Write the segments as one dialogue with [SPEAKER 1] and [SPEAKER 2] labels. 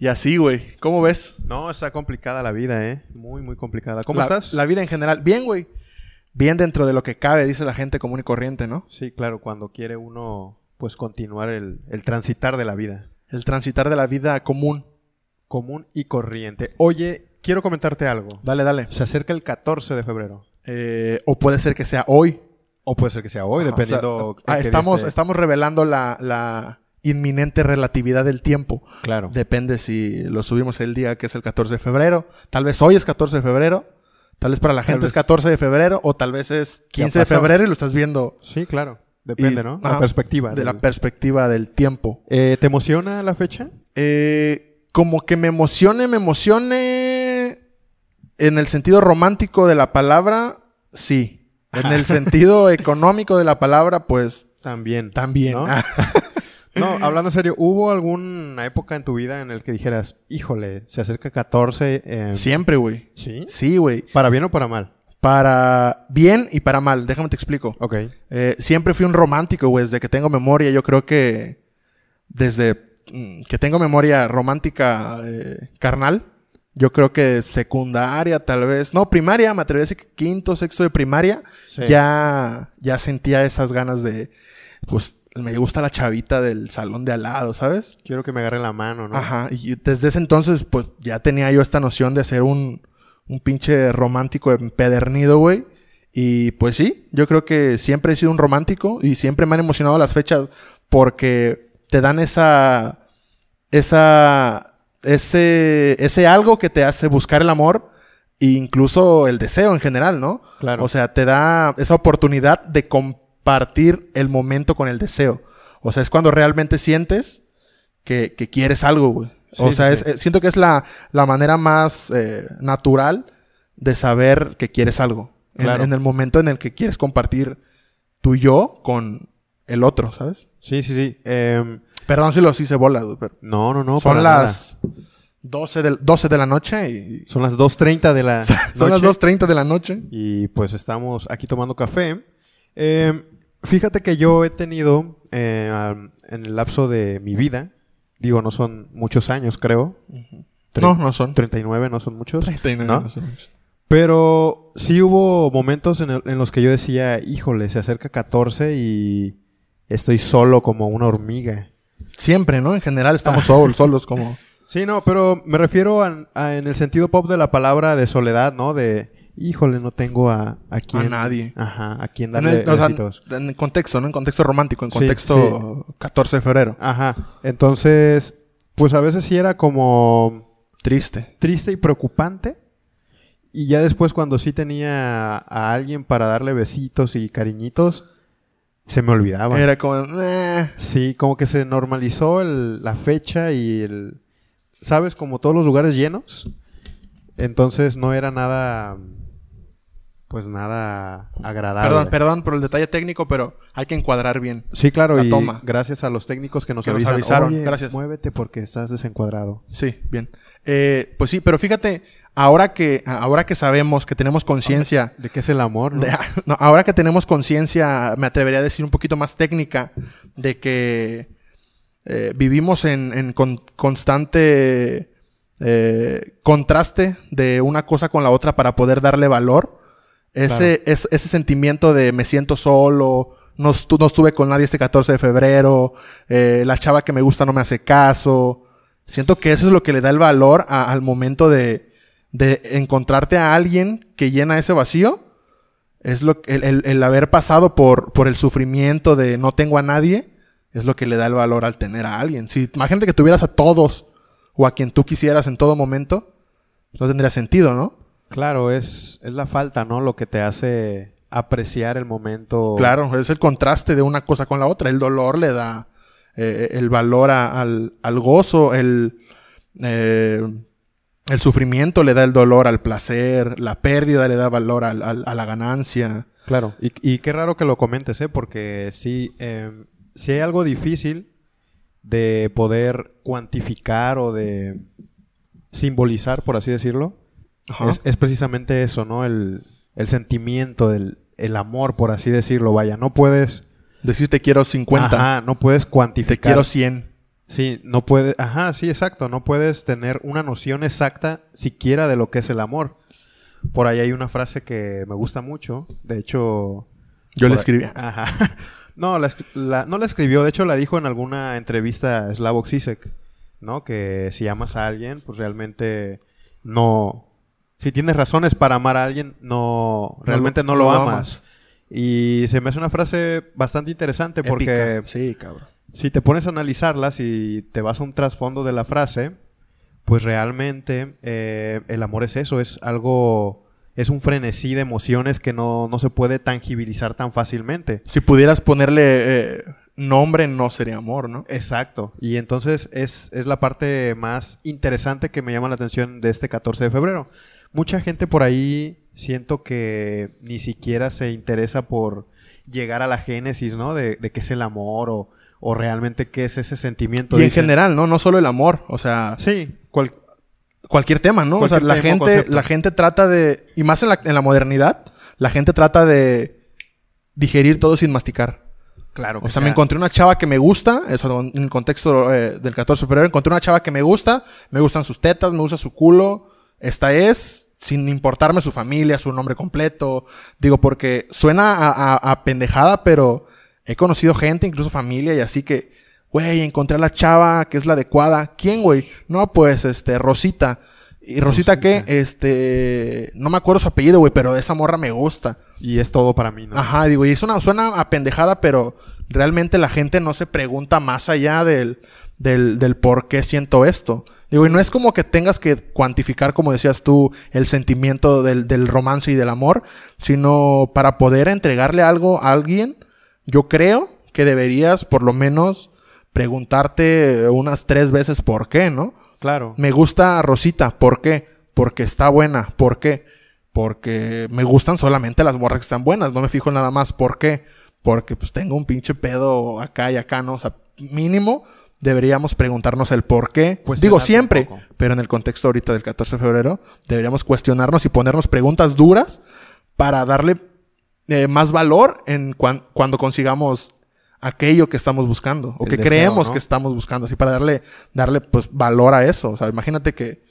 [SPEAKER 1] Y así, güey. ¿Cómo ves?
[SPEAKER 2] No, está complicada la vida, ¿eh? Muy, muy complicada. ¿Cómo
[SPEAKER 1] La-
[SPEAKER 2] estás?
[SPEAKER 1] La vida en general. Bien, güey. Bien dentro de lo que cabe, dice la gente común y corriente, ¿no?
[SPEAKER 2] Sí, claro, cuando quiere uno, pues, continuar el, el transitar de la vida.
[SPEAKER 1] El transitar de la vida común.
[SPEAKER 2] Común y corriente. Oye, quiero comentarte algo.
[SPEAKER 1] Dale, dale.
[SPEAKER 2] Se acerca el 14 de febrero.
[SPEAKER 1] Eh, o puede ser que sea hoy.
[SPEAKER 2] O puede ser que sea hoy,
[SPEAKER 1] Ajá,
[SPEAKER 2] dependiendo...
[SPEAKER 1] o sea, ah,
[SPEAKER 2] en qué
[SPEAKER 1] estamos,
[SPEAKER 2] día esté.
[SPEAKER 1] estamos revelando la, la inminente relatividad del tiempo.
[SPEAKER 2] Claro.
[SPEAKER 1] Depende si lo subimos el día que es el 14 de febrero. Tal vez hoy es 14 de febrero. Tal vez para la
[SPEAKER 2] Tal
[SPEAKER 1] gente es
[SPEAKER 2] vez.
[SPEAKER 1] 14 de febrero. O tal vez es 15 de
[SPEAKER 2] pasó.
[SPEAKER 1] febrero y lo estás viendo.
[SPEAKER 2] Sí, claro. Depende,
[SPEAKER 1] y-
[SPEAKER 2] ¿no?
[SPEAKER 1] ajá,
[SPEAKER 2] la perspectiva.
[SPEAKER 1] De
[SPEAKER 2] del-
[SPEAKER 1] la perspectiva del tiempo.
[SPEAKER 2] Eh, ¿Te emociona la fecha?
[SPEAKER 1] Eh, como que me emocione, me emocione en el sentido romántico de la palabra, sí. En el sentido económico de la palabra, pues
[SPEAKER 2] También. Ah.
[SPEAKER 1] también.
[SPEAKER 2] ¿No? No, hablando en serio, ¿hubo alguna época en tu vida en la que dijeras, híjole, se acerca 14? eh,
[SPEAKER 1] Siempre, güey.
[SPEAKER 2] ¿Sí?
[SPEAKER 1] Sí, güey.
[SPEAKER 2] ¿Para bien o para mal?
[SPEAKER 1] Para bien y para mal, déjame te explico.
[SPEAKER 2] Ok.
[SPEAKER 1] Eh, siempre fui un romántico, güey, desde que tengo memoria. Yo creo que desde mm, que tengo memoria romántica eh, carnal, yo creo que secundaria tal vez, no, primaria, me atrevería a decir que quinto, sexto de primaria,
[SPEAKER 2] Sí.
[SPEAKER 1] ya, ya sentía esas ganas de, pues, me gusta la chavita del salón de al lado, ¿sabes?
[SPEAKER 2] Quiero que me agarre la mano, ¿no?
[SPEAKER 1] Ajá, y desde ese entonces, pues ya tenía yo esta noción de ser un, un pinche romántico empedernido, güey. Y pues sí, yo creo que siempre he sido un romántico y siempre me han emocionado las fechas porque te dan esa. esa. ese. ese algo que te hace buscar el amor. E incluso el deseo en general, ¿no?
[SPEAKER 2] Claro.
[SPEAKER 1] O sea, te da esa oportunidad de compartir el momento con el deseo. O sea, es cuando realmente sientes que, que quieres algo, güey. o
[SPEAKER 2] Sí,
[SPEAKER 1] sea,
[SPEAKER 2] sí,
[SPEAKER 1] es-
[SPEAKER 2] sí.
[SPEAKER 1] eh, siento que es la, la manera más eh, natural de saber que quieres algo. En-
[SPEAKER 2] Claro.
[SPEAKER 1] En, el momento en el que quieres compartir tu yo con el otro, ¿sabes?
[SPEAKER 2] Sí, sí, sí. Em,
[SPEAKER 1] Perdón si los hice bolas, güey, pero
[SPEAKER 2] no, no, no. para
[SPEAKER 1] son
[SPEAKER 2] nada.
[SPEAKER 1] las 12 de, 12 de la noche y...
[SPEAKER 2] Son las 2.30 de la
[SPEAKER 1] Son las
[SPEAKER 2] Ah, noche
[SPEAKER 1] 2.30 de la noche.
[SPEAKER 2] Y pues estamos aquí tomando café. Em, fíjate que yo he tenido eh, am- en el lapso de mi vida, digo, no son muchos años, creo. Tre-
[SPEAKER 1] No, no son.
[SPEAKER 2] 39 no son muchos.
[SPEAKER 1] 39
[SPEAKER 2] ¿no?
[SPEAKER 1] no son.
[SPEAKER 2] Pero sí hubo momentos en, el- en los que yo decía, híjole, se acerca 14 y estoy solo como una hormiga.
[SPEAKER 1] Siempre, ¿no? En general estamos
[SPEAKER 2] Ah.
[SPEAKER 1] sol- solos como...
[SPEAKER 2] Sí, no, pero me refiero a- a en el sentido pop de la palabra de soledad, ¿no? De, híjole, no tengo a, a quién.
[SPEAKER 1] nadie.
[SPEAKER 2] Ajá, a quién
[SPEAKER 1] En,
[SPEAKER 2] darle
[SPEAKER 1] el- o sea,
[SPEAKER 2] besitos.
[SPEAKER 1] en contexto, ¿no? En contexto romántico, en
[SPEAKER 2] Sí,
[SPEAKER 1] contexto 14 de febrero.
[SPEAKER 2] Ajá. Entonces, pues a veces sí era como
[SPEAKER 1] Triste.
[SPEAKER 2] triste y preocupante. Y ya después cuando sí tenía a alguien para darle besitos y cariñitos, se me olvidaba.
[SPEAKER 1] Era como... "Meh".
[SPEAKER 2] Sí, como que se normalizó el- la fecha y el... ¿Sabes? Como todos los lugares llenos. Entonces no era nada... Pues nada agradable.
[SPEAKER 1] Perdón, perdón por el detalle técnico, pero hay que encuadrar bien.
[SPEAKER 2] Sí, claro,
[SPEAKER 1] La
[SPEAKER 2] y
[SPEAKER 1] toma.
[SPEAKER 2] gracias a los técnicos que nos,
[SPEAKER 1] Que nos
[SPEAKER 2] avisan,
[SPEAKER 1] avisaron,
[SPEAKER 2] "Oye,
[SPEAKER 1] gracias".
[SPEAKER 2] Muévete porque estás desencuadrado.
[SPEAKER 1] Sí, bien. Eh, pues sí, pero fíjate, ahora que, ahora que sabemos, que tenemos conciencia...
[SPEAKER 2] ¿De qué es el amor? no?
[SPEAKER 1] de- no, ahora que tenemos conciencia, me atrevería a decir un poquito más técnica, de que eh, vivimos en, en con- constante eh, contraste de una cosa con la otra para poder darle valor. Ese, es- ese sentimiento de me siento solo, no, estu- no estuve con nadie este 14 de febrero, eh, la chava que me gusta no me hace caso. Siento que eso es lo que le da el valor a- al momento de, de encontrarte a alguien que llena ese vacío. Es lo que- el, el- el haber pasado por, por el sufrimiento de no tengo a nadie, es lo que le da el valor al tener a alguien. Si imagínate que tuvieras a todos o a quien tú quisieras en todo momento, no tendría sentido, ¿no?
[SPEAKER 2] Claro, es, es la falta, ¿no? Lo que te hace apreciar el momento.
[SPEAKER 1] Claro, es el contraste de una cosa con la otra. El dolor le da eh, el valor a- al, al gozo, el, eh, el sufrimiento le da el dolor al placer, la pérdida le da valor al- al- a la ganancia.
[SPEAKER 2] Claro. Y, y qué raro que lo comentes, ¿eh? Porque sí, eh, sí hay algo difícil de poder cuantificar o de simbolizar, por así decirlo. Es, es precisamente eso, ¿no? El, el sentimiento, el, el amor, por así decirlo. Vaya, no puedes...
[SPEAKER 1] Decir te quiero 50,
[SPEAKER 2] Ajá, no puedes
[SPEAKER 1] te
[SPEAKER 2] cuantificar.
[SPEAKER 1] quiero 100.
[SPEAKER 2] Sí, no puedes, ajá, sí, exacto, no puedes tener una noción exacta siquiera de lo que es el amor. Por ahí hay una frase que me gusta mucho, de hecho...
[SPEAKER 1] Yo le
[SPEAKER 2] por ahí-
[SPEAKER 1] escribí.
[SPEAKER 2] Ajá. No, la, es- la- no la escribió, de hecho la dijo en alguna entrevista Slavoj Zizek, ¿no? Que si amas a alguien, pues realmente no... Si tienes razones para amar a alguien, no... Realmente no, lo, amas. Y se me hace una frase bastante interesante porque...
[SPEAKER 1] Épica. Sí, cabrón.
[SPEAKER 2] Si te pones a analizarla, si te vas a un trasfondo de la frase, pues realmente eh, el amor es eso, es algo, es un frenesí de emociones que no, no se puede tangibilizar tan fácilmente.
[SPEAKER 1] Si pudieras ponerle eh, nombre, no sería amor, ¿no?
[SPEAKER 2] Exacto. Y entonces es, es la parte más interesante que me llama la atención de este 14 de febrero. Mucha gente por ahí siento que ni siquiera se interesa por llegar a la génesis, ¿no? De, de qué es el amor o, o realmente qué es ese sentimiento.
[SPEAKER 1] Y en
[SPEAKER 2] dicen.
[SPEAKER 1] general, ¿no? No solo el amor. O sea,
[SPEAKER 2] Sí, cual-
[SPEAKER 1] cualquier tema, ¿no?
[SPEAKER 2] Cualquier
[SPEAKER 1] o sea, la
[SPEAKER 2] tema
[SPEAKER 1] gente,
[SPEAKER 2] o concepto.
[SPEAKER 1] la gente trata de. Y más en la, en la modernidad, la gente trata de digerir todo sin masticar.
[SPEAKER 2] Claro.
[SPEAKER 1] O sea, me encontré una chava que me gusta, eso en el contexto eh, del 14 de febrero, encontré una chava que me gusta, me gustan sus tetas, me gusta su culo, esta es, sin importarme su familia, su nombre completo, digo, porque suena a, a- a pendejada, pero he conocido gente, incluso familia, y así que, güey, encontré a la chava que es la adecuada, ¿quién, güey? No, pues, este, Rosita. ¿Y Rosita, qué? Este, no me acuerdo su apellido, güey, pero esa morra me gusta.
[SPEAKER 2] Y es todo para mí, ¿no?
[SPEAKER 1] Ajá, digo, y es una, suena a pendejada, pero realmente la gente no se pregunta más allá del, del, del por qué siento esto. Digo, y no es como que tengas que cuantificar, como decías tú, el sentimiento del, del romance y del amor, sino para poder entregarle algo a alguien, yo creo que deberías por lo menos preguntarte unas tres veces por qué, ¿no?
[SPEAKER 2] Claro.
[SPEAKER 1] Me gusta Rosita, ¿por qué? Porque está buena, ¿por qué? Porque me gustan solamente las morras que están buenas, no me fijo en nada más, ¿por qué? Porque pues tengo un pinche pedo acá y acá, ¿no? O sea, mínimo deberíamos preguntarnos el por qué.
[SPEAKER 2] Cuestionarte
[SPEAKER 1] Digo
[SPEAKER 2] un
[SPEAKER 1] siempre,
[SPEAKER 2] poco.
[SPEAKER 1] pero en el contexto ahorita del 14 de febrero, deberíamos cuestionarnos y ponernos preguntas duras para darle eh, más valor en cuan- cuando consigamos aquello que estamos buscando o
[SPEAKER 2] El
[SPEAKER 1] que
[SPEAKER 2] deseo,
[SPEAKER 1] creemos
[SPEAKER 2] ¿no?
[SPEAKER 1] que estamos buscando, así para darle, darle pues valor a eso. O sea, imagínate que,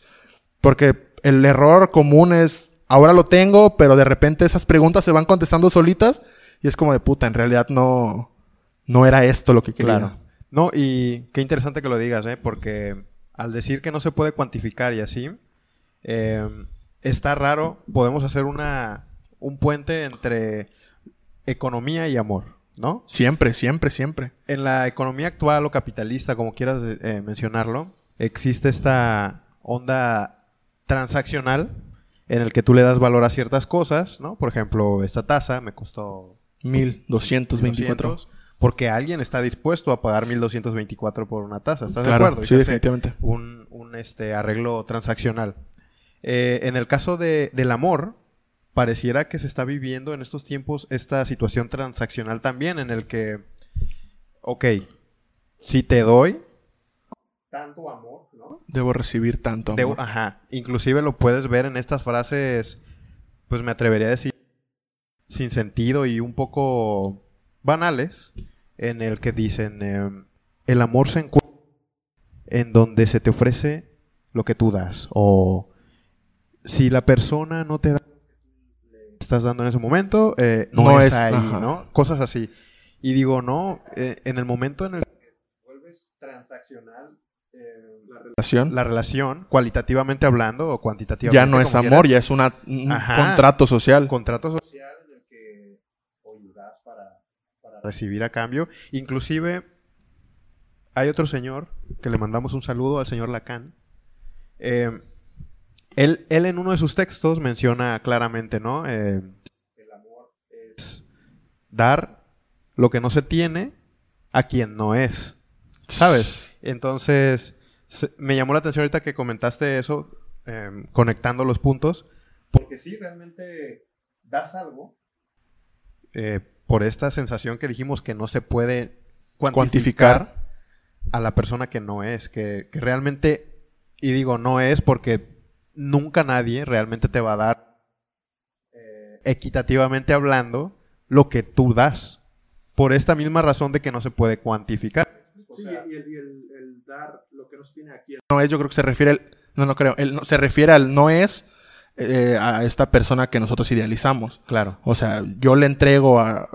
[SPEAKER 1] porque el error común es, ahora lo tengo, pero de repente esas preguntas se van contestando solitas y es como de puta, en realidad no, no era esto lo que quería.
[SPEAKER 2] Claro. No, y qué interesante que lo digas, ¿eh? Porque al decir que no se puede cuantificar y así, eh, está raro. Podemos hacer una, un puente entre economía y amor, ¿no?
[SPEAKER 1] Siempre, siempre, siempre.
[SPEAKER 2] En la economía actual o capitalista, como quieras eh, mencionarlo, existe esta onda transaccional en el que tú le das valor a ciertas cosas, ¿no? Por ejemplo, esta taza me costó
[SPEAKER 1] 1224.
[SPEAKER 2] 200, Porque alguien está dispuesto a pagar 1224 por una tasa. ¿Estás
[SPEAKER 1] Claro,
[SPEAKER 2] de acuerdo? Y
[SPEAKER 1] sí,
[SPEAKER 2] se hace
[SPEAKER 1] definitivamente.
[SPEAKER 2] Un, un, este, arreglo transaccional. Eh, en el caso de- del amor, pareciera que se está viviendo en estos tiempos esta situación transaccional también, en el que, ok, si te doy tanto amor, ¿no?
[SPEAKER 1] Debo recibir tanto amor.
[SPEAKER 2] Debo- ajá. Inclusive lo puedes ver en estas frases, pues me atrevería a decir, sin sentido y un poco banales, en el que dicen, em, el amor se encuentra en donde se te ofrece lo que tú das. O si la persona no te da lo que estás dando en ese momento, eh, no,
[SPEAKER 1] No
[SPEAKER 2] es,
[SPEAKER 1] es-
[SPEAKER 2] ahí,
[SPEAKER 1] ajá.
[SPEAKER 2] ¿no? Cosas así. Y digo, no, eh, en el momento en el que vuelves transaccional em, la
[SPEAKER 1] Relación.
[SPEAKER 2] la relación, cualitativamente hablando o cuantitativamente.
[SPEAKER 1] ya no es
[SPEAKER 2] como
[SPEAKER 1] amor,
[SPEAKER 2] quieras,
[SPEAKER 1] ya es una- un
[SPEAKER 2] Ajá.
[SPEAKER 1] contrato social.
[SPEAKER 2] el contrato social en el que ayudas para, para recibir a cambio. Inclusive hay otro señor que le mandamos un saludo al señor Lacan. Eh, él, él en uno de sus textos menciona claramente, ¿no? Eh, el amor es dar lo que no se tiene a quien no es. ¿Sabes? Entonces, se- me llamó la atención ahorita que comentaste eso, em, conectando los puntos. Porque sí, realmente das algo. eh, por esta sensación que dijimos que no se puede cuantificar, a la persona que no es, que, que realmente, y digo no es porque nunca nadie realmente te va a dar, eh, equitativamente hablando, lo que tú das. Por esta misma razón de que no se puede cuantificar.
[SPEAKER 1] Sí,
[SPEAKER 3] sea,
[SPEAKER 1] y el, y el- el dar lo que no se tiene aquí. el no es, yo creo que se refiere al. No, no creo. el no- se refiere al no es eh, a esta persona que nosotros idealizamos.
[SPEAKER 2] Claro.
[SPEAKER 1] O sea, yo le entrego a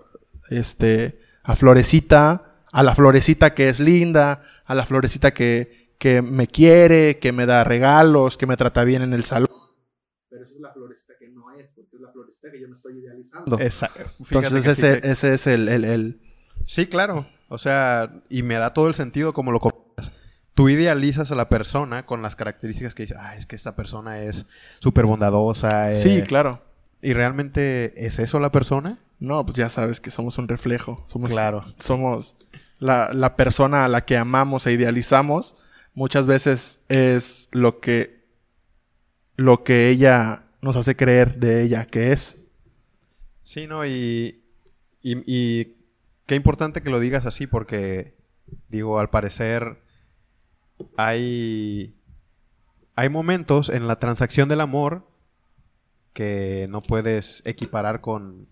[SPEAKER 1] este a Florecita, a la Florecita que es linda, a la Florecita que, que me quiere, que me da regalos, que me trata bien en el salón. Pero esa es la Florecita que no es, porque es la Florecita que yo me estoy idealizando.
[SPEAKER 2] Exacto.
[SPEAKER 1] eh, Entonces ese, ese es el, el- el-
[SPEAKER 2] Sí, claro. O sea, y me da todo el sentido como lo comentas. Tú idealizas a la persona con las características que dices, ah, es que esta persona es súper bondadosa. eh".
[SPEAKER 1] Sí, claro.
[SPEAKER 2] ¿Y realmente es eso la persona? Pues,
[SPEAKER 1] No, pues ya sabes que somos un reflejo. Somos,
[SPEAKER 2] Claro.
[SPEAKER 1] Somos la, la persona a la que amamos e idealizamos. Muchas veces es lo que, lo que ella nos hace creer de ella que es.
[SPEAKER 2] Sí, ¿no? Y, y, y qué importante que lo digas así porque, digo, al parecer hay, hay momentos en la transacción del amor que no puedes equiparar con,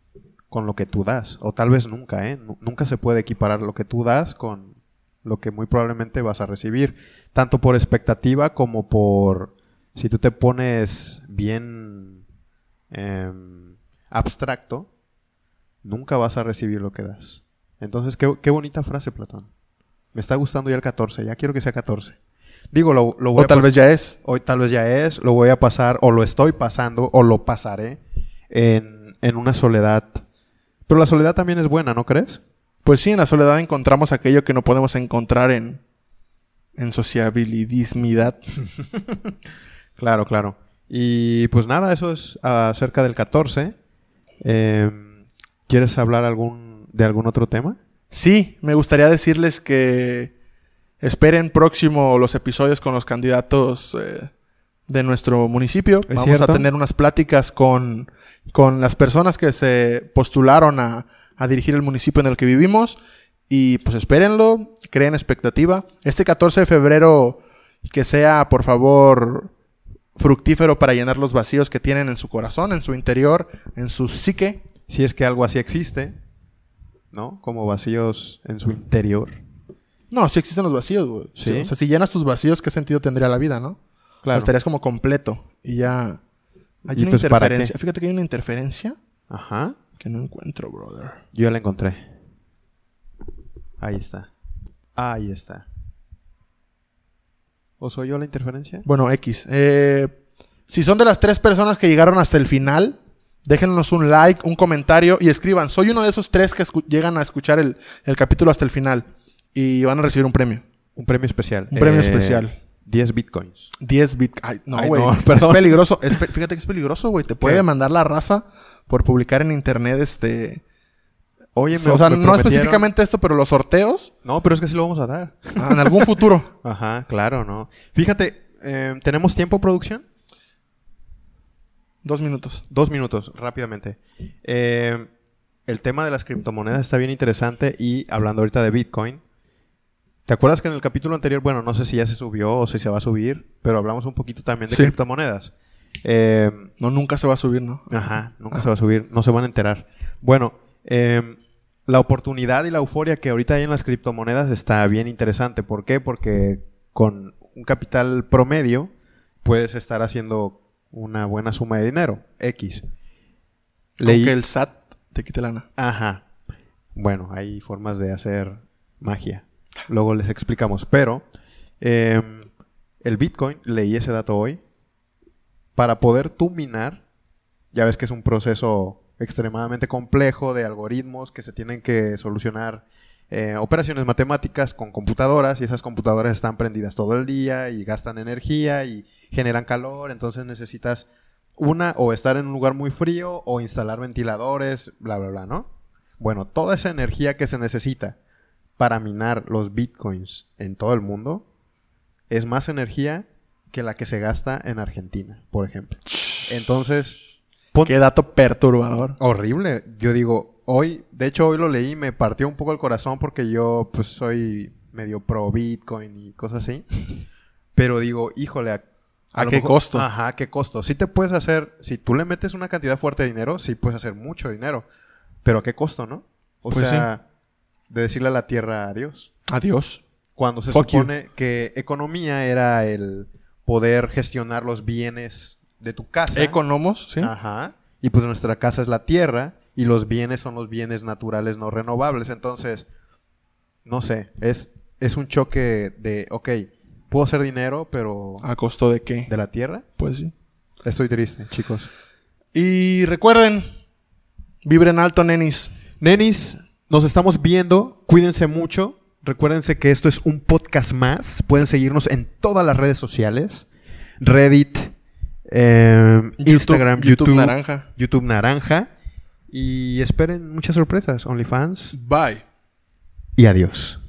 [SPEAKER 2] con lo que tú das. O tal vez nunca, ¿eh? Nu- Nunca se puede equiparar lo que tú das con lo que muy probablemente vas a recibir. Tanto por expectativa como por... Si tú te pones bien em, abstracto, nunca vas a recibir lo que das. Entonces, qué, qué bonita frase, Platón. Me está gustando ya el 14, ya quiero que sea 14. Digo, lo, lo voy
[SPEAKER 1] O
[SPEAKER 2] a
[SPEAKER 1] tal
[SPEAKER 2] pas-
[SPEAKER 1] vez ya es.
[SPEAKER 2] Hoy tal vez ya es, lo voy a pasar, o lo estoy pasando, o lo pasaré en, en una soledad. Pero la soledad también es buena, ¿no crees?
[SPEAKER 1] Pues sí, en la soledad encontramos aquello que no podemos encontrar en, en sociabilidad.
[SPEAKER 2] Claro, claro. Y pues nada, eso es acerca del 14. Em, ¿Quieres hablar algún, de algún otro tema?
[SPEAKER 1] Sí, me gustaría decirles que esperen próximo los episodios con los candidatos eh, de nuestro municipio. Vamos
[SPEAKER 2] cierto?
[SPEAKER 1] a tener unas pláticas con, con las personas que se postularon a, a dirigir el municipio en el que vivimos. Y pues espérenlo, creen expectativa. Este 14 de febrero, que sea, por favor, fructífero para llenar los vacíos que tienen en su corazón, en su interior, en su psique.
[SPEAKER 2] si es que algo así existe, ¿no? Como vacíos en su interior.
[SPEAKER 1] No, sí existen los vacíos, güey.
[SPEAKER 2] Sí.
[SPEAKER 1] O sea, si llenas tus vacíos, ¿qué sentido tendría la vida, no? Estarías como completo y ya. Hay
[SPEAKER 2] ¿Y
[SPEAKER 1] una
[SPEAKER 2] pues para
[SPEAKER 1] interferencia.
[SPEAKER 2] qué?
[SPEAKER 1] Fíjate que hay una interferencia
[SPEAKER 2] Ajá.
[SPEAKER 1] que no encuentro, brother.
[SPEAKER 2] Yo ya la encontré. Ahí está. Ahí está. ¿O soy yo la interferencia?
[SPEAKER 1] Bueno, X. eh, si son de las tres personas que llegaron hasta el final, déjenos un like, un comentario y escriban. Soy uno de esos tres que escu- llegan a escuchar el, el capítulo hasta el final y van a recibir un premio.
[SPEAKER 2] Un premio especial.
[SPEAKER 1] Un premio especial.
[SPEAKER 2] 10 bitcoins.
[SPEAKER 1] 10 bit. Ay, no,
[SPEAKER 2] Ay,
[SPEAKER 1] güey.
[SPEAKER 2] no,
[SPEAKER 1] es
[SPEAKER 2] perdón.
[SPEAKER 1] peligroso. Es pe- fíjate que es peligroso, güey. Te puede mandar la raza por publicar en internet este.
[SPEAKER 2] Oye, me-
[SPEAKER 1] o sea,
[SPEAKER 2] me
[SPEAKER 1] no
[SPEAKER 2] prometieron-
[SPEAKER 1] específicamente esto, pero los sorteos
[SPEAKER 2] No, pero es que sí lo vamos a dar.
[SPEAKER 1] en algún futuro.
[SPEAKER 2] Ajá, claro, ¿no? Fíjate, eh, ¿tenemos tiempo, producción?
[SPEAKER 1] Dos minutos.
[SPEAKER 2] Dos minutos, rápidamente. Eh, el tema de las criptomonedas está bien interesante y hablando ahorita de Bitcoin, ¿te acuerdas que en el capítulo anterior, bueno, no sé si ya se subió o si se va a subir, pero hablamos un poquito también de
[SPEAKER 1] Sí.
[SPEAKER 2] criptomonedas? Eh,
[SPEAKER 1] No, nunca se va a subir, ¿no?
[SPEAKER 2] ajá, nunca se va a subir, no se van a enterar. Bueno, eh, la oportunidad y la euforia que ahorita hay en las criptomonedas está bien interesante. ¿Por qué? Porque con un capital promedio puedes estar haciendo una buena suma de dinero, X. Leí-
[SPEAKER 1] Aunque el SAT te quite lana.
[SPEAKER 2] Ajá. Bueno, hay formas de hacer magia. Luego les explicamos. Pero eh, el Bitcoin, leí ese dato hoy, para poder tú minar, ya ves que es un proceso extremadamente complejo de algoritmos que se tienen que solucionar eh, operaciones matemáticas con computadoras y esas computadoras están prendidas todo el día y gastan energía y generan calor, entonces necesitas una o estar en un lugar muy frío o instalar ventiladores, bla, bla, bla, ¿no? Bueno, toda esa energía que se necesita para minar los bitcoins en todo el mundo es más energía que la que se gasta en Argentina, por ejemplo. Entonces, pon-
[SPEAKER 1] Qué dato perturbador.
[SPEAKER 2] horrible. Yo digo, hoy, de hecho hoy lo leí, me partió un poco el corazón porque yo pues soy medio pro Bitcoin y cosas así. Pero digo, híjole, a,
[SPEAKER 1] ¿A
[SPEAKER 2] lo ah.
[SPEAKER 1] qué costo?
[SPEAKER 2] Ajá, ¿a qué costo? Sí te puedes hacer, si tú le metes una cantidad fuerte de dinero, sí puedes hacer mucho dinero. Pero ¿a qué costo, no? O
[SPEAKER 1] Pues
[SPEAKER 2] sea, de decirle a la tierra adiós.
[SPEAKER 1] Adiós.
[SPEAKER 2] cuando se
[SPEAKER 1] Fuck you.
[SPEAKER 2] supone que economía era el poder gestionar los bienes de tu casa.
[SPEAKER 1] Economos, ¿sí?
[SPEAKER 2] Ajá. Y pues nuestra casa es la tierra y los bienes son los bienes naturales no renovables. Entonces, no sé, es, es un choque de, ok, puedo hacer dinero, pero
[SPEAKER 1] ¿A costo de qué?
[SPEAKER 2] de la tierra.
[SPEAKER 1] Pues sí.
[SPEAKER 2] Estoy triste, chicos.
[SPEAKER 1] Y recuerden, vibren alto, nenis.
[SPEAKER 2] Nenis, nos estamos viendo. Cuídense mucho. Recuérdense que esto es un podcast más. Pueden seguirnos en todas las redes sociales. Reddit, eh, Instagram, YouTube,
[SPEAKER 1] YouTube Naranja.
[SPEAKER 2] YouTube Naranja. Y esperen muchas sorpresas, OnlyFans.
[SPEAKER 1] Bye.
[SPEAKER 2] Y adiós.